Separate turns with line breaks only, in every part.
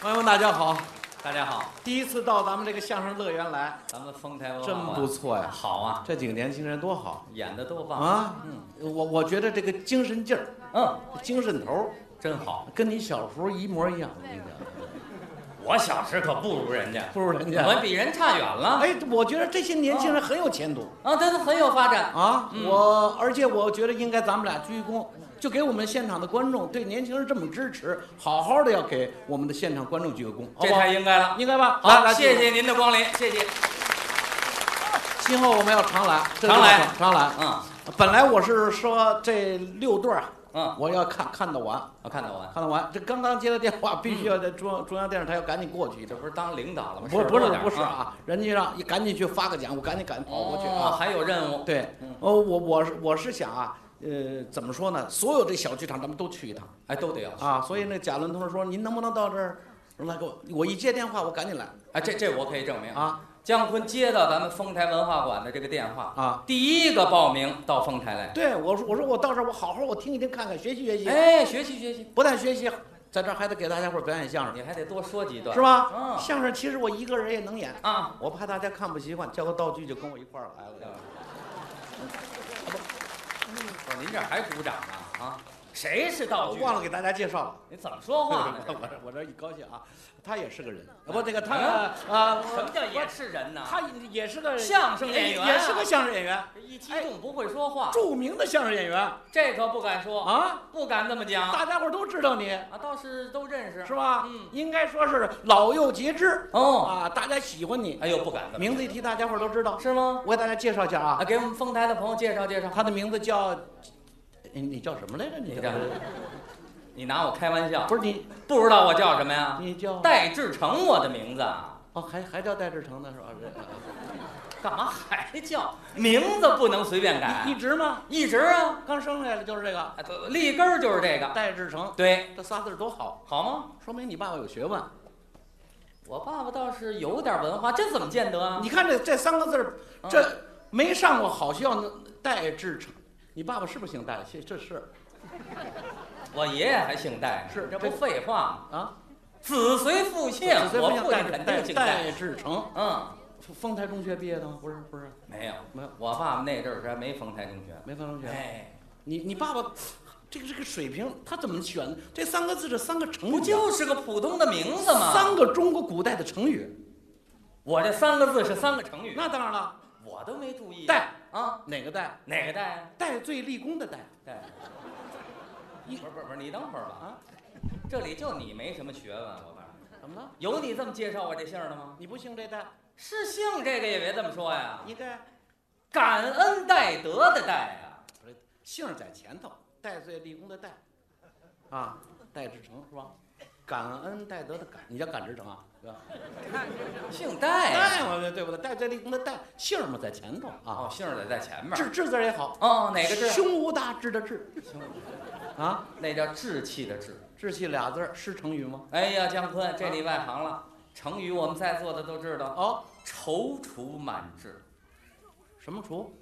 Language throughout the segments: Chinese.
朋友们，大家好，
大家好，
第一次到咱们这个相声乐园来，
咱们丰台文化
真
馆
哦不错呀！
好啊，
这几个年轻人多好
演的都棒，
啊！
嗯
我我觉得这个精神劲儿、
嗯，
精神头儿，
真好。
跟你小时候一模一样。我跟你讲，
我小时可不如人家，
不如人
我
家。
比人差远了。
哎，我觉得这些年轻人很有前途
啊，他都很有发展。
啊！我而且我觉得应该咱们俩鞠一躬，就给我们现场的观众对年轻人这么支持，好好的要给我们的现场观众鞠个躬，好
这
不好
太？应该了。
应该吧？来
好，
来
谢
鞠个
谢您的光临，谢谢。
今后我们要常来，真的
常来
常来。
嗯
本来我是说这六对儿啊，
嗯，
我要看看得完，
我看到完，
看得完。这刚刚接到电话，必须要在中央、中央电视台要赶紧过去一
这
趟。
不是当领导了吗？
不是
事儿
不是
多点儿
不是，啊，人家让你赶紧去发个奖，我赶紧赶紧跑过去
哦
啊。
还有任务。
对
嗯，
哦，我我是我是想啊，呃，怎么说呢？所有这小剧场咱们都去一趟
哎，都得要。
啊。所以那贾伦同志说，您能不能到这儿来给我？我一接电话，我赶紧来
哎，这这我可以证明。
啊
姜昆接到咱们丰台文化馆的这个电话，
啊！
第一个报名到丰台来。
对，我说我说我到这儿，我好好我听一听看看，学习学习。
哎，学习学习，
不但学习，在这儿还得给大家伙儿表演相声，
你还得多说几段。
是吧？
嗯
相声其实我一个人也能演，
啊，
我怕大家看不习惯，叫个道具就跟我一块儿来了。
不是您这儿还鼓掌呢啊？谁是道
我
具？
忘了给大家介绍了。
你怎么说话呢？ 嗯
我这我这一高兴啊，他也是个人，不，那个他啊，
什么
我
叫也是人呢？
他也是个
嗯相声演员啊
也是个相声演员，
这一激动不会说话，
著名的相声演员
这可不敢说，
啊，
不敢这么讲
大家伙儿都知道你
啊，倒是都认识
是。吧？
嗯
应该说是老幼皆知
哦，
啊，大家喜欢你，
哎呦，不敢的，
名字一提大家伙儿都知道。
是吗？
我给大家介绍一下啊
啊，，给我们丰台的朋友介绍介绍。
他的名字叫，你你叫什么来着？你
你叫你拿我开玩笑，
不是你
不知道我叫什么呀？
你叫
戴志成，我的名字啊，
哦，还还叫戴志成呢是 吧？这
干嘛还叫名字不能随便
一
改？
直吗？
一直啊，
刚生下来就是这个
啊立根儿就是这个，
戴志成，
对，
这仨字儿多好，
好吗？
说明你爸爸有学问。
我爸爸倒是有点文化，这怎么见得啊？
你看这这三个字儿，
啊
这没上过好学校，那戴志成，你爸爸是不是姓戴？这这是
我爷爷还姓戴呢，
是
这不废话吗？
啊，
子随父姓，
子随
我
父姓
父
戴
亲
志
肯定
戴
姓
戴
戴。
志成，
嗯，
丰台中学毕业的吗？不是不是，
没有
没有，
我爸爸那阵儿是还没丰台中学。
没丰台中学。
哎，
你你爸爸这个这个水平，他怎么选的这三个字？这三个成语啊
不就是个普通的名字吗？
三，个中国古代的成语？
我这三个字是三个成语，
那当然了，
我都没注意。
戴
啊，
哪个戴？
哪个戴啊？
戴罪立功的戴。
戴。不
一
是不是不是，你等会儿吧
啊！
这里就你没什么学问，我告诉你，
怎么了？
有你这么介绍我这姓儿的吗？
你不姓这戴？
是姓这个也别这么说呀。
应该
感恩戴德的戴啊呀、
姓在前头，戴罪立功的戴，啊，戴志成是吧？感恩戴德的感，你叫感志成啊？对吧？哎
姓戴呀、
戴嘛，对对不对？戴罪立功的戴，姓儿嘛在前头啊。，
哦姓儿得在前面。
志志字儿也好，
哦，哪个志？
胸无大志的志
胸，
啊，
那叫志气的志。
志气俩字儿是成语吗？
哎呀，姜昆，这你外行了。成语我们在座的都知道，
哦，
踌躇满志。
什么厨？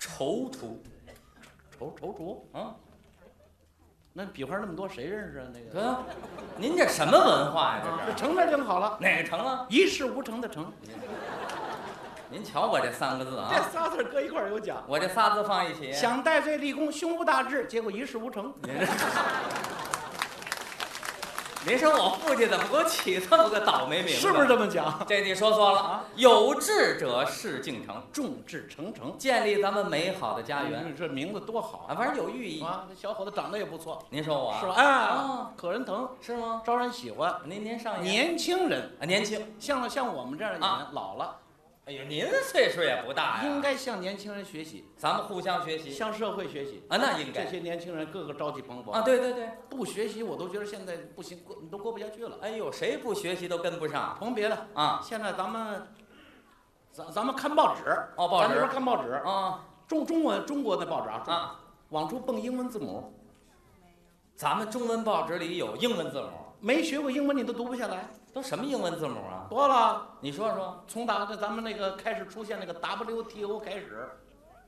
踌躇，
踌踌躇？
啊，
那笔画那么多，谁认识啊？那个
得，您这什么文化呀？
啊，这
这是
成字儿定好了，
哪个成啊？
一事无成的成，
您瞧我这三个字
这
啊，
仨字儿搁一块儿有奖。
我这仨字放一起，
想戴罪立功，胸无大志，结果一事无成。
您说我父亲怎么给我起这么个倒霉名字？
是不是这么讲？
这你说错了
啊！
有志者事竟成，
众志成城，
建立咱们美好的家园。
嗯这名字多好
啊，
啊！
反正有寓意。
啊，这小伙子长得也不错，
您说我啊
是吧？哎
啊，
可人疼，
是吗？
招人喜欢。
您您上一年
年轻人，
啊年轻，
像像我们这样的
啊
人，老了
哎呦，您岁数也不大呀，
应该向年轻人学习，
咱们互相学习
向社会学习。
啊，那
这
应该
些年轻人个个朝气蓬
啊，
勃，
对对对，
不学习我都觉得现在不行，过你都过不下去了。
哎呦，谁不学习都跟不上
甭别的，
啊
现在咱们，咱咱们看报纸，
哦报纸
咱这边看报纸，
啊
中中文中国的报纸啊，中
啊！
往出蹦英文字母，
咱们中文报纸里有英文字母，
没学过英文你都读不下来，
都什么英文字母啊？
多了。
你说说
从打咱们那个开始出现那个 WTO 开始，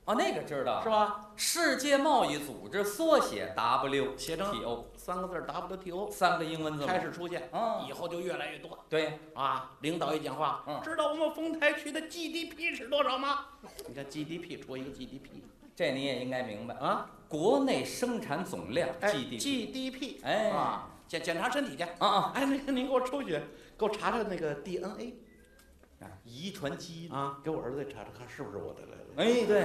哦，那个知道
是，吧？
世界贸易组织缩写 WTO，
写成三个字儿 WTO
三个英文字母
开始出现，
啊，
以后就越来越多
对，
啊。领导一讲话，
嗯
知道我们丰台区的 GDP 是多少吗？你看 GDP 除一个 GDP
这你也应该明白，
啊
国内生产总量
哎
GDP，
GDP
哎啊
啊，检检查身体去。
啊，
哎，那个您给我抽血，给我查查那个 DNA
啊遗传基因，
啊，给我儿子查查看是不是我的来了，
哎，对，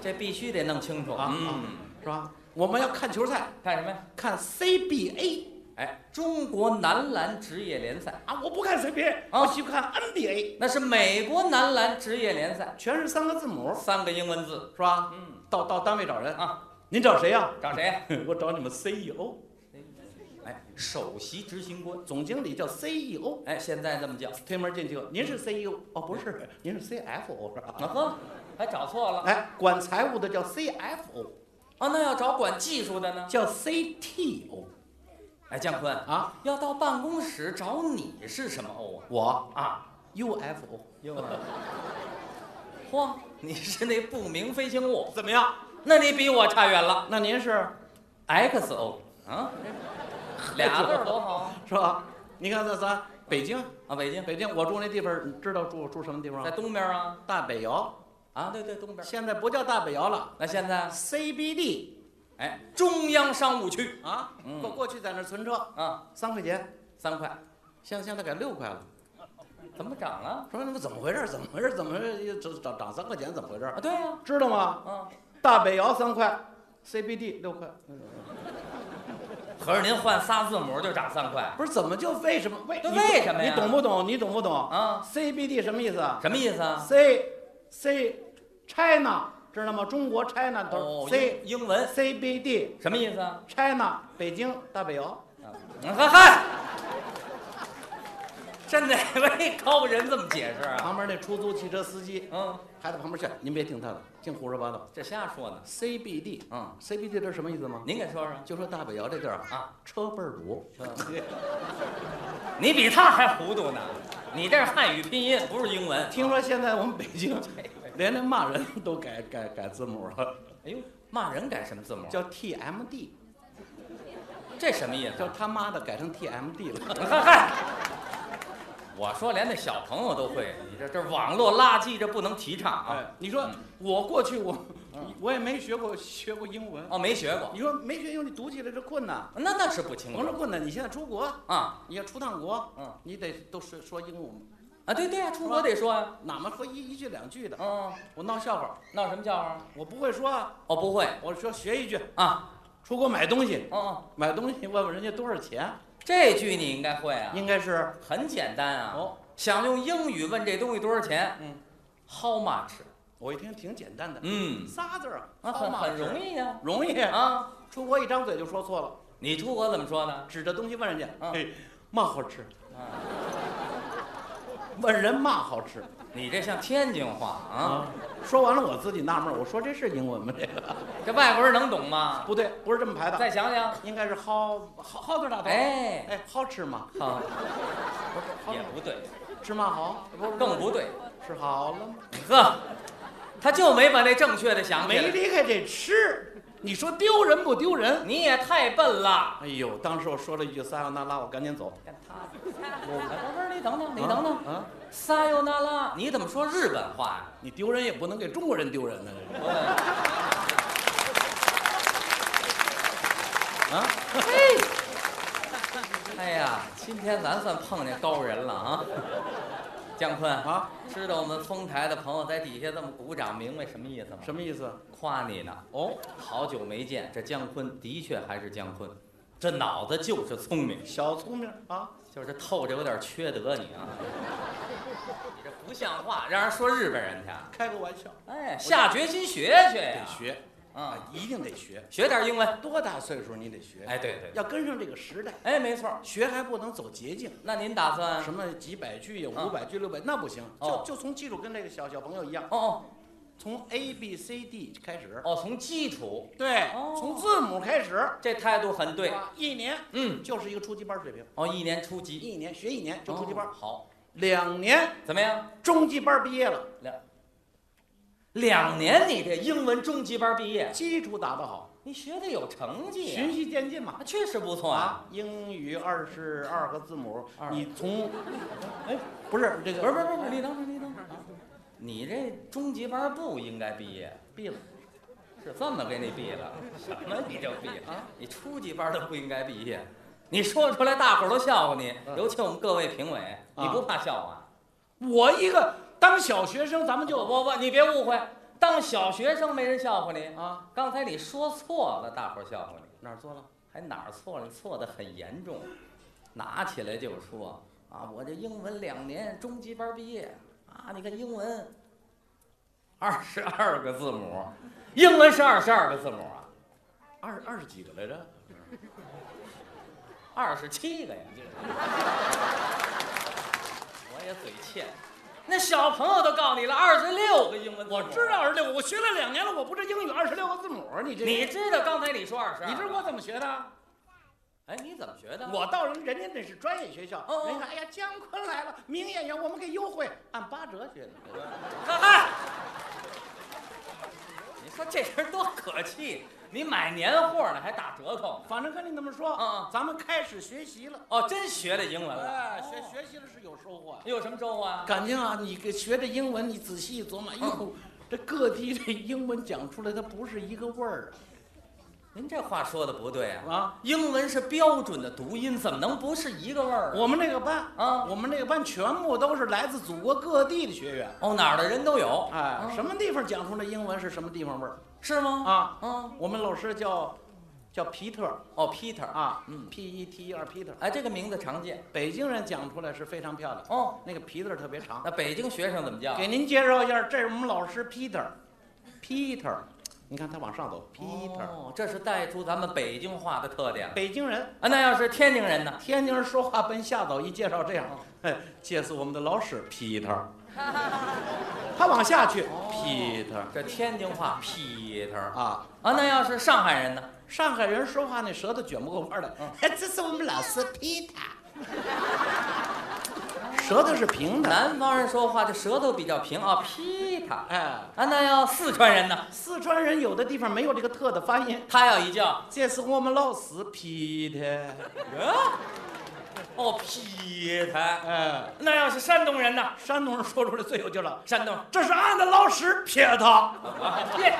这必须得弄清楚，
啊
嗯，
是吧？我们要看球赛，
看什么呀？
看 CBA
哎，中国男篮职业联赛，
啊，我不看 CBA，
啊
我去看 NBA，
那是美国男篮职业联赛，
全是三个字母，
三个英文字，
是吧？
嗯
到到单位找人，
啊，
您找谁呀、
找谁呀？
我找你们 E CEO，
哎，首席执行官，
总经理叫 CEO，
哎，现在这么叫，
推门进去，您是 CEO 哦，不是，您是 CFO 是吧？
啊呵，还找错了，
哎，管财务的叫 CFO，
啊，那要找管技术的呢？
叫 CTO
哎，姜昆，
啊，
要到办公室找你是什么欧啊？
我
啊，
UFO
英文。 嚯，你是那不明飞行物，
怎么样？
那你比我差远了。
那您是
XO 啊，俩字儿多好啊
是吧？你看咱咱北京，
啊！北京
北京我住那地方儿，你知道住住什么地方
在
吗？
东边啊
大北窑，
啊，对对，东边。
现在不叫大北窑了
那现在
，CBD
哎，中央商务区
啊，
嗯
过过去在那儿存车
啊，
三块钱，
三块，
现现在改六块了。
怎么涨了？
说那么怎么回事儿？怎么回事儿？怎么涨涨涨三块钱？怎么回事儿？
啊，对呀，
知道吗？
啊，
大北窑三块，CBD 六块，
合着您换仨字母就涨三块
不是怎么就为什么为
那
你
为什么呀
你懂不懂？你懂不懂
啊？
？CBD 什么意思啊
什么意思啊？
？C C China 知道吗？中国 China 都
哦，
是 C
英英文
CBD。
什么意思啊？
China 北京大北窑，
嗯嗨嗨， 这 哪位高人这么解释啊？
旁边那出租汽车司机
嗯，
还在旁边劝您别听他的，净胡说八道。
这瞎说呢。
CBD，CBD
嗯，
这是什么意思吗？
您给说说
就说大北窑这地儿啊，
啊，
车倍儿堵。
你比他还糊涂呢。你这是汉语拼音，不是英文。
听说现在我们北京连那骂人都改改改字母了，
哎呦，骂人改什么字母？啊
叫 TMD，
这什么意思啊
叫？他妈的改成 TMD 了。
嗨嗨，我说连那小朋友都会，你这这网络垃圾，这不能提倡啊。
哎，你说
嗯
我过去我我也没学过学过英文，
哦，没学过，
你说没学英文你读起来这困难，
那那是不清
甭说
楚
困难，你现在出国，
啊
你要出趟国，
嗯
你得都说说英文。
啊！对对啊，出国得说呀。
哪么说一一句两句的，
嗯，
我闹笑话，
闹什么笑话？
我不会说啊，
哦，不会
我说学一句，
啊。
出国买东西，
嗯嗯，
买东西问问人家多少钱，
这句你应该会啊。
应该是
很简单啊。
哦，
想用英语问这东西多少钱？
嗯
，How much？
我一听挺简单的，
嗯，
仨字儿
啊，很很容
易，
易呀、
容易
啊。啊，
出国一张嘴就说错了，
你出国怎么说呢？
指着东西问人家，
嗯
哎，嘛好吃，
啊，
问人嘛好吃
你这像天津话啊，
啊。说完了，我自己纳闷儿，我说这是英文吗？这个
这外国人能懂吗？
不对，不是这么排的，
再想想，
应该是好好好字打头。
哎，
哎，好吃吗？
好，
好
也不对，
吃嘛好，不
更不对。
吃好了吗？
呵，他就没把这正确的想起
没
来。
离开这吃，你说丢人不丢人？
你也太笨了。
哎呦，当时我说了一句“撒由那拉”，我赶紧走。
干他的！我不是你等等，你等等，
啊啊！
撒由那拉，你怎么说日本话呀？
你丢人也不能给中国人丢人呢，
我
这是啊！
哎呀，今天咱算碰见高人了啊！姜昆，
啊，
知道我们丰台的朋友在底下这么鼓掌，明白什么意思吗？
什么意思？
夸你呢？
哦，
好久没见，这姜昆的确还是姜昆，这脑子就是聪明，
小聪明啊！
就是透着有点缺德你啊！你这不像话，让人说日本人去啊！
开个玩笑，
哎，下决心学学
得
呀！
学
啊，
哎啊，一定得学。
学点英文。
多大岁数你得学，
哎，对对，
要跟上这个时代，
哎，没错。
学还不能走捷径。
那您打算？
什么几百句呀，
啊
五百句、六百，那不行，
哦
就就从基础跟这个小小朋友一样，
哦哦
从 A B C D 开始，
哦，从基础，
对，
哦
从字母开始，
这态度很对。
啊，一年
嗯，
就是一个初级班水平，
哦，一年初级，
一哦年学一年就初级班
哦，好，
两年
怎么样？
中级班毕业了，
两，两年你这英文中级班毕业，
基础打得好，
你学的有成绩呀、
循序渐进嘛。
啊，确实不错啊。，
英语二十二个字母
二，
你从， 哎，不是这个，
不是不是不是，你等会儿，你等会儿啊，你这中级班不应该毕业，
闭了，
是这么给你毙 了？什么你就毙啊？你初级班都不应该毕业，你说出来大伙儿都笑话你，尤其我们各位评委，你不怕笑话？
我一个当小学生，咱们
不
就
不不，你别误会，当小学生没人笑话你，
啊
刚才你说错了，大伙儿笑话你，
哪儿错了？
还哪儿错了？你错的很严重，拿起来就说啊，我这英文两年中级班毕业啊，你看英文二十二个字母，英文是二十二个字母啊。
二二十几个来着？
二十七个呀，这是我也嘴欠。那小朋友都告诉你了，二十六个英文字母啊
我知道，二十六，我学了两年了，我不是英语二十六个字母啊，你这
你知道刚才你说二十二，
你知道我怎么学的？
哎，你怎么学的？
我到人人家那是专业学校，
哦哦
人家哎呀，姜昆来了，名演员，我们给优惠，按八折学的。
嗨，你说这人多可气！你买年货呢还打折扣，
反正跟你那么说，
嗯嗯
咱们开始学习了，
哦，真学了英文了，
啊哎，学学习了是有收获呀。
你有什么收获啊？
感情啊，你给学这英文，你仔细一琢磨，哎呦，这各地这英文讲出来它不是一个味儿
您这话说的不对
啊
啊！
啊。
英文是标准的读音，怎么能不是一个味儿啊？
我们那个班
啊
我们那个班全部都是来自祖国各地的学员，
哦，哪儿的人都有，
哎，
嗯
什么地方讲出来英文是什么地方味儿
是吗？
啊？
嗯，
我们老师叫叫皮特
哦，Peter 啊，
啊，
嗯
，P E T E R Peter，
哎，这个名字常见
北京人讲出来是非常漂亮，
哦。
那个皮特特别长。
那北京学生怎么叫？啊
给您介绍一下，这是我们老师 Peter，Peter，你看他往上走，Peter，
哦，这是带出咱们北京话的特点了。
北京人。
啊，那要是天津人呢？
天津人说话奔下走，一介绍这样，嘿，介是我们的老师 Peter，他往下去
哦
Peter
这天津话 Peter 啊，
啊，
那要是上海人呢？
上海人说话那舌头卷不过弯儿来，哎，这是我们老师 Peter，舌头是平的，
南方人说话这舌头比较平啊，Peter 啊，
哎，
那要四川人呢？
四川人有的地方没有这个特的发音，
他要一叫，
这是我们老师 Peter，
啊，哦，Peter，
哎，
那要是山东人呢？
山东人说出来最有劲儿了，
山东，
这是俺的老师 Peter，
啊耶